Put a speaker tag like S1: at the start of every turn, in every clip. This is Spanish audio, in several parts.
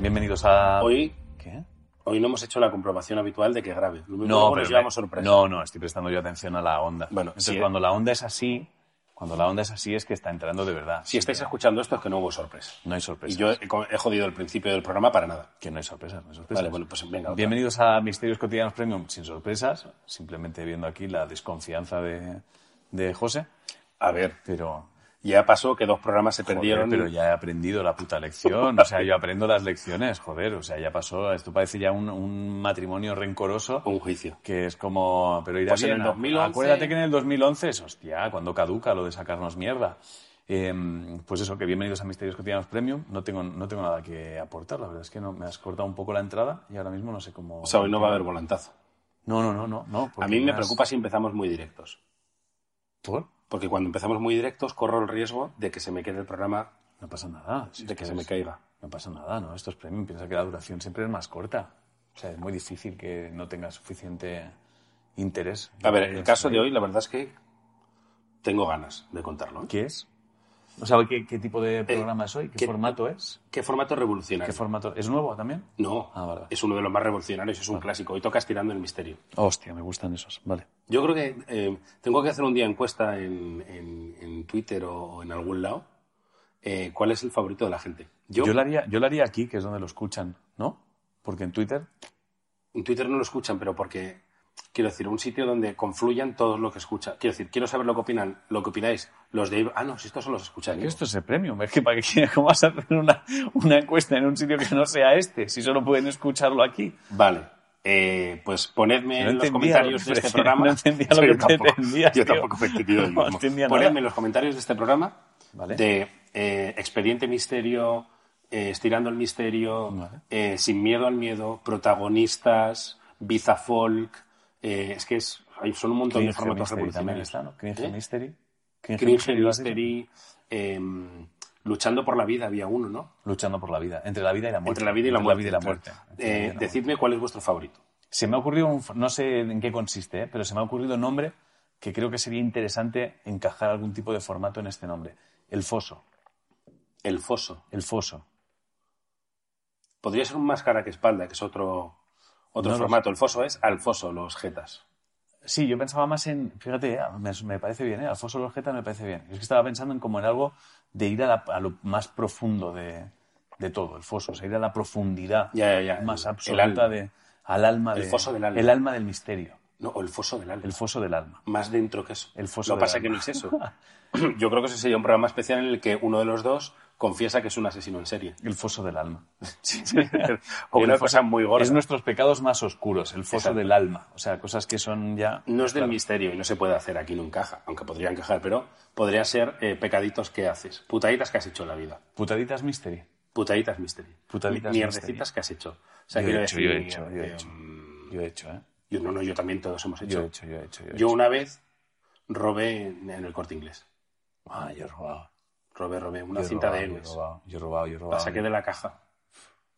S1: vamos a...
S2: Hoy,
S1: ¿Qué?
S2: hoy no hemos hecho la comprobación habitual de que grave. Lo mismo
S1: No,
S2: luego
S1: pero
S2: nos llevamos sorpresa.
S1: No, no, estoy prestando yo atención a la onda.
S2: Bueno,
S1: Entonces,
S2: sí, eh.
S1: cuando la onda es así, cuando la onda es así es que está entrando de verdad.
S2: Si estáis escuchando esto es que no hubo sorpresa.
S1: No hay
S2: Y
S1: sorpresas.
S2: yo he, co- he jodido el principio del programa para nada.
S1: Que no hay sorpresas, no hay sorpresas.
S2: Vale, bueno, pues venga. otra.
S1: Bienvenidos a Misterios Cotidianos Premium sin sorpresas, simplemente viendo aquí la desconfianza de, de José,
S2: A ver,
S1: pero...
S2: ya pasó que dos programas se perdieron.
S1: Joder, pero ya he aprendido la puta lección. O sea, yo aprendo las lecciones, joder. O sea, ya pasó. Esto parece ya un, un matrimonio rencoroso
S2: Un juicio.
S1: que es como... Pero irá
S2: Pues en
S1: bien.
S2: el 2011.
S1: Acuérdate que en el 2011 es, hostia, cuando caduca lo de sacarnos mierda. Eh, pues eso, que bienvenidos a Misterios Cotidianos Premium. No tengo, no tengo nada que aportar, la verdad es que no. Me has cortado un poco la entrada y ahora mismo no sé cómo...
S2: O sea, hoy no va a haber volantazo.
S1: No, no, no, no. no
S2: A
S1: porque
S2: mí me
S1: has-
S2: preocupa si empezamos muy directos.
S1: ¿Por?
S2: Porque cuando empezamos muy directos corro el riesgo de que se me quede el programa,
S1: No pasa nada. Si
S2: de
S1: es
S2: que se
S1: es-
S2: me caiga.
S1: No pasa nada, ¿no? Estos premium, piensa que la duración siempre es más corta. O sea, es muy difícil que no tenga suficiente interés.
S2: A ver, el caso de hoy, la verdad es que tengo ganas de contarlo. ¿eh?
S1: ¿Qué es? O sea, ¿qué, qué tipo de programa es hoy? ¿Qué,
S2: ¿qué-
S1: formato es?
S2: ¿Qué formato
S1: ¿Qué
S2: revolucionario?
S1: formato? ¿Es nuevo también?
S2: no,
S1: Ah, vale, vale.
S2: es uno de los más revolucionarios, es un clásico. Hoy tocas tirando el misterio.
S1: Hostia, me gustan esos. Vale.
S2: Yo creo que eh, tengo que hacer un día encuesta en, en- en Twitter o en algún lado. eh, ¿Cuál es el favorito de la gente? Yo,
S1: Yo, lo haría, yo lo haría aquí, que es donde lo escuchan, ¿no? Porque en Twitter...
S2: en Twitter no lo escuchan, pero porque quiero decir, un sitio donde confluyan todos lo que escucha. Quiero decir, quiero saber lo que opinan, lo que opináis. Los de Ah, no, si estos son los escuchan.
S1: ¿Qué esto es el premium? Es que para qué, ¿cómo vas a hacer una, una encuesta en un sitio que no sea este? Si solo pueden escucharlo aquí.
S2: Vale. eh, pues ponedme
S1: No
S2: en los
S1: entendía
S2: comentarios
S1: lo
S2: de
S1: que pre-
S2: este programa.
S1: no entendía lo que
S2: yo, tampoco,
S1: pretendías,
S2: yo
S1: tío.
S2: tampoco me he entendido yo
S1: No
S2: mismo.
S1: entendía nada.
S2: Ponedme en los comentarios de este programa
S1: Vale.
S2: de eh, Expediente Misterio, eh, Estirando el Misterio,
S1: Vale.
S2: eh, Sin Miedo al Miedo, Protagonistas, Bizafolk. eh, es que es, hay- son un montón de
S1: Cringe
S2: formatos
S1: Mystery también
S2: revolucionarios.
S1: está, ¿no? Cringe
S2: ¿Eh?
S1: Mystery.
S2: Cringe
S1: Mystery, ¿lo has dicho?
S2: Mystery, eh, Luchando por la Vida había uno, ¿no?
S1: Luchando por la vida. Entre la vida y la muerte.
S2: Entre la vida y la muerte.
S1: muerte. Entre la vida y
S2: Eh,
S1: la muerte.
S2: decidme cuál es vuestro favorito.
S1: Se me ha ocurrido, un f- no sé en qué consiste, eh, pero se me ha ocurrido un nombre que creo que sería interesante encajar algún tipo de formato en este nombre. El foso.
S2: El Foso.
S1: El foso.
S2: Podría ser un más cara que espalda, que es otro, otro
S1: No lo
S2: formato. El foso es al foso, los jetas.
S1: Sí, yo pensaba más en, fíjate, eh, me, me parece bien, ¿eh? Al foso Lorgeta me parece bien. Es que estaba pensando en como en algo de ir a, la- a lo más profundo de, de todo, el foso, o sea, ir a la profundidad
S2: Ya, ya, ya.
S1: más
S2: El- el
S1: absoluta
S2: alma.
S1: de, al alma
S2: El
S1: de-
S2: foso del alma.
S1: El alma del misterio.
S2: No, o el foso del alma.
S1: El foso del alma.
S2: Más dentro que eso.
S1: El foso
S2: Lo
S1: del
S2: pasa
S1: alma.
S2: que no es eso. Yo creo que ese sería un programa especial en el que uno de los dos confiesa que es un asesino en serie.
S1: El foso del alma.
S2: o
S1: El
S2: una
S1: foso-
S2: cosa muy gorda.
S1: Es nuestros pecados más oscuros, el foso
S2: Exacto.
S1: del alma. O sea, cosas que son ya.
S2: No es del misterio y no se puede hacer aquí, no encaja, aunque podría encajar, pero podría ser eh, pecaditos que haces, putaditas que has hecho en la vida,
S1: Putaditas mystery.
S2: putaditas misterio,
S1: Putaditas
S2: mierdecitas
S1: misterio.
S2: que has hecho. O sea,
S1: Yo he
S2: quiero
S1: hecho, yo he
S2: decir,
S1: hecho, yo he
S2: eh,
S1: hecho. Yo he hecho, ¿eh?
S2: yo- no, no, yo también todos hemos hecho.
S1: Yo he hecho, yo he hecho. Yo, he
S2: Yo
S1: hecho.
S2: una vez robé en en el corte inglés.
S1: Ah, yo he robado.
S2: Robé, robé una
S1: Yo he
S2: cinta
S1: robado,
S2: de
S1: yo he
S2: héroes.
S1: robado, Yo he robado, yo he robado.
S2: La saqué de la caja.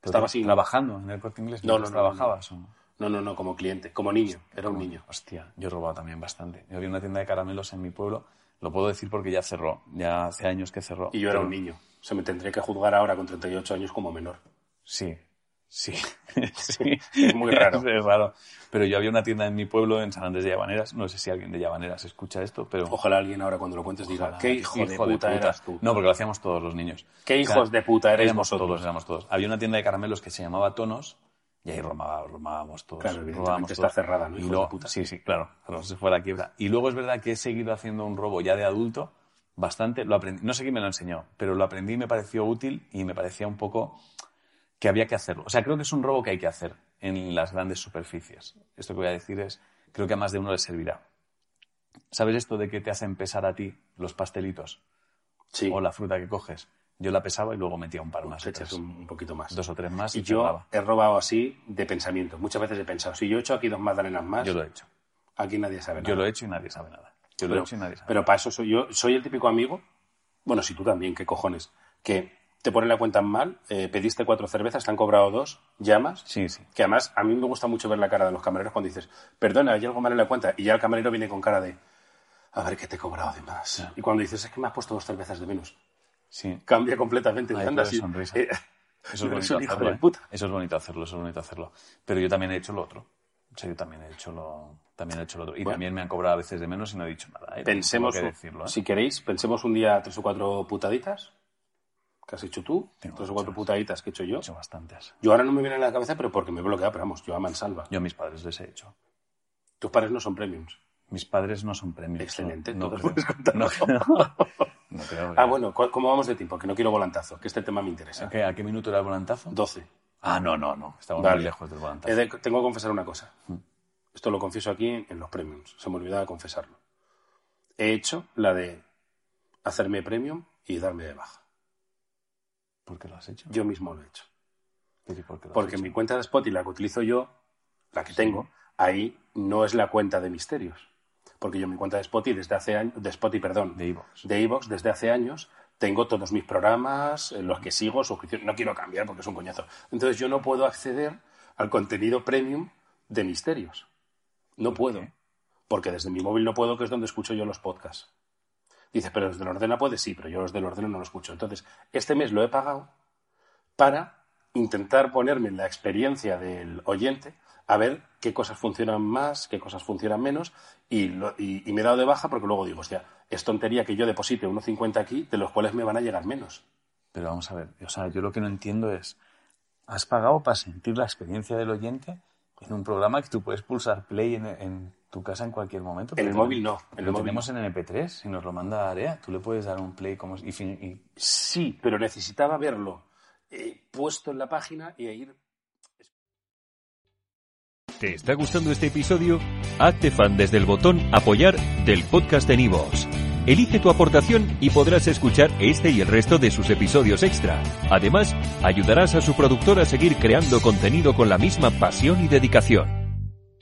S1: Pero
S2: estaba
S1: tra-
S2: así.
S1: ¿Trabajando en el corte inglés?
S2: No, no, no,
S1: ¿Trabajabas o no?
S2: No, no, no, como cliente, como niño. Era un niño.
S1: Hostia, yo he robado también bastante. Yo había una tienda de caramelos en mi pueblo. Lo puedo decir porque ya cerró. Ya hace años que cerró.
S2: Y yo era
S1: Pero-
S2: un niño. Se me tendría que juzgar ahora con 38 años como menor.
S1: Sí, sí, sí.
S2: Es muy raro.
S1: Es, raro. Pero yo había una tienda en mi pueblo, en San Andrés de Llavaneras. No sé si alguien de Llavaneras escucha esto, pero...
S2: Ojalá alguien ahora cuando lo cuentes diga,
S1: Ojalá.
S2: ¿qué hijo, de, puta eras tú?
S1: No, porque lo hacíamos todos los niños.
S2: ¿Qué hijos de puta erais
S1: éramos
S2: vosotros?
S1: todos, éramos todos. Había una tienda de caramelos que se llamaba Tonos y ahí robaba- robábamos todos.
S2: Claro, evidentemente
S1: robábamos
S2: está cerrada, ¿no?
S1: Y
S2: Hijos
S1: luego-
S2: de puta.
S1: Sí, sí, claro. claro, se fue a la quiebra. Y luego es verdad que he seguido haciendo un robo ya de adulto bastante. Lo aprendí, no sé quién me lo enseñó, pero lo aprendí y me pareció útil y me parecía un poco que había que hacerlo. O sea, creo que es un robo que hay que hacer en las grandes superficies. Esto que voy a decir es, creo que a más de uno le servirá. ¿Sabes esto de que te hacen pesar a ti los pastelitos
S2: Sí,
S1: o la fruta que coges? Yo la pesaba y luego metía un par más.
S2: te echas
S1: otras.
S2: un, un poquito más.
S1: Dos o tres más y,
S2: y yo
S1: cerraba.
S2: he robado así de pensamiento. Muchas veces he pensado, si yo he hecho aquí dos magdalenas más,
S1: Yo lo he hecho.
S2: aquí nadie sabe nada.
S1: Yo lo he hecho y nadie sabe nada. Yo lo he
S2: pero,
S1: hecho y nadie sabe
S2: pero para eso soy yo, soy el típico amigo, bueno, si tú también, qué cojones, que te ponen la cuenta mal, eh, pediste cuatro cervezas, te han cobrado dos, llamas,
S1: nada. Sí, sí.
S2: que además a mí me gusta mucho ver la cara de los camareros cuando dices, perdona, hay algo mal en la cuenta, y ya el camarero viene con cara de, a ver, ¿qué te he cobrado de más? Y cuando dices, es que me has puesto dos cervezas de menos,
S1: sí.
S2: cambia completamente.
S1: Ahí
S2: anda,
S1: puede
S2: sí.
S1: sonrisa.
S2: Eh,
S1: Eso es
S2: Eres
S1: bonito
S2: un hijo
S1: hacerlo.
S2: de
S1: ¿eh?
S2: puta.
S1: Eso es bonito hacerlo, eso es bonito hacerlo. Pero yo también he hecho lo otro. O sea, yo también he hecho lo, también he hecho lo otro. Y
S2: Bueno.
S1: también me han cobrado a veces de menos y no he dicho nada. ¿eh?
S2: Pensemos,
S1: Tengo que decirlo, ¿eh?
S2: si queréis, pensemos un día tres o cuatro putaditas que has hecho tú,
S1: Tengo
S2: tres o cuatro
S1: muchas.
S2: putaditas que he hecho yo.
S1: He hecho bastantes.
S2: Yo ahora no me viene a la cabeza, pero porque me he bloqueado, pero vamos, yo a mansalva.
S1: Yo a mis padres les he hecho.
S2: Tus padres no son premiums.
S1: Mis padres no son premios.
S2: Excelente,
S1: No,
S2: todos
S1: no
S2: puedes
S1: creo.
S2: contarlo.
S1: No creo. No creo que-
S2: Ah, bueno, co- ¿cómo vamos de tiempo? Que no quiero volantazo, que este tema me interesa.
S1: ¿A qué, a qué minuto era el volantazo?
S2: 12.
S1: Ah, no, no, no. Estamos
S2: Vale.
S1: muy lejos del volantazo.
S2: He de- tengo que confesar una cosa. Esto lo confieso aquí en, en los premiums. Se me olvidaba confesarlo. He hecho la de hacerme premium y darme de baja.
S1: ¿Por qué lo has hecho?
S2: Yo mismo lo he hecho.
S1: Pero ¿y ¿Por qué lo has
S2: Porque
S1: hecho?
S2: mi cuenta de Spotify, la que utilizo yo, la que tengo, ahí no es la cuenta de misterios. Porque yo mi cuenta de Spotify desde hace años, de Spotify, perdón,
S1: De iVoox.
S2: de iVoox desde hace años, tengo todos mis programas, eh, los que sigo, suscripción, no quiero cambiar porque es un coñazo. Entonces yo no puedo acceder al contenido premium de misterios. No puedo.
S1: qué?
S2: Porque desde mi móvil no puedo, que es donde escucho yo los podcasts. Dices, pero desde el ordena puedes, sí, pero yo los del ordena no los escucho. Entonces, este mes lo he pagado para intentar ponerme en la experiencia del oyente a ver qué cosas funcionan más, qué cosas funcionan menos, y, lo- y- y me he dado de baja porque luego digo, hostia, es tontería que yo deposite 1,50 aquí, de los cuales me van a llegar menos.
S1: Pero vamos a ver, o sea, yo lo que no entiendo es, ¿has pagado para sentir la experiencia del oyente en un programa que tú puedes pulsar play en, en tu casa en cualquier momento?
S2: En el
S1: Pero
S2: móvil
S1: tenemos-
S2: no, en el
S1: Lo
S2: móvil
S1: tenemos en MP3, si nos lo manda Area, tú le puedes dar un play como... si- Y, fin- y-
S2: Sí, pero necesitaba verlo eh, puesto en la página y ir
S3: ¿Te está gustando este episodio? Hazte fan desde el botón Apoyar del podcast de Nivos. Elige tu aportación y podrás escuchar este y el resto de sus episodios extra. Además, ayudarás a su productor a seguir creando contenido con la misma pasión y dedicación.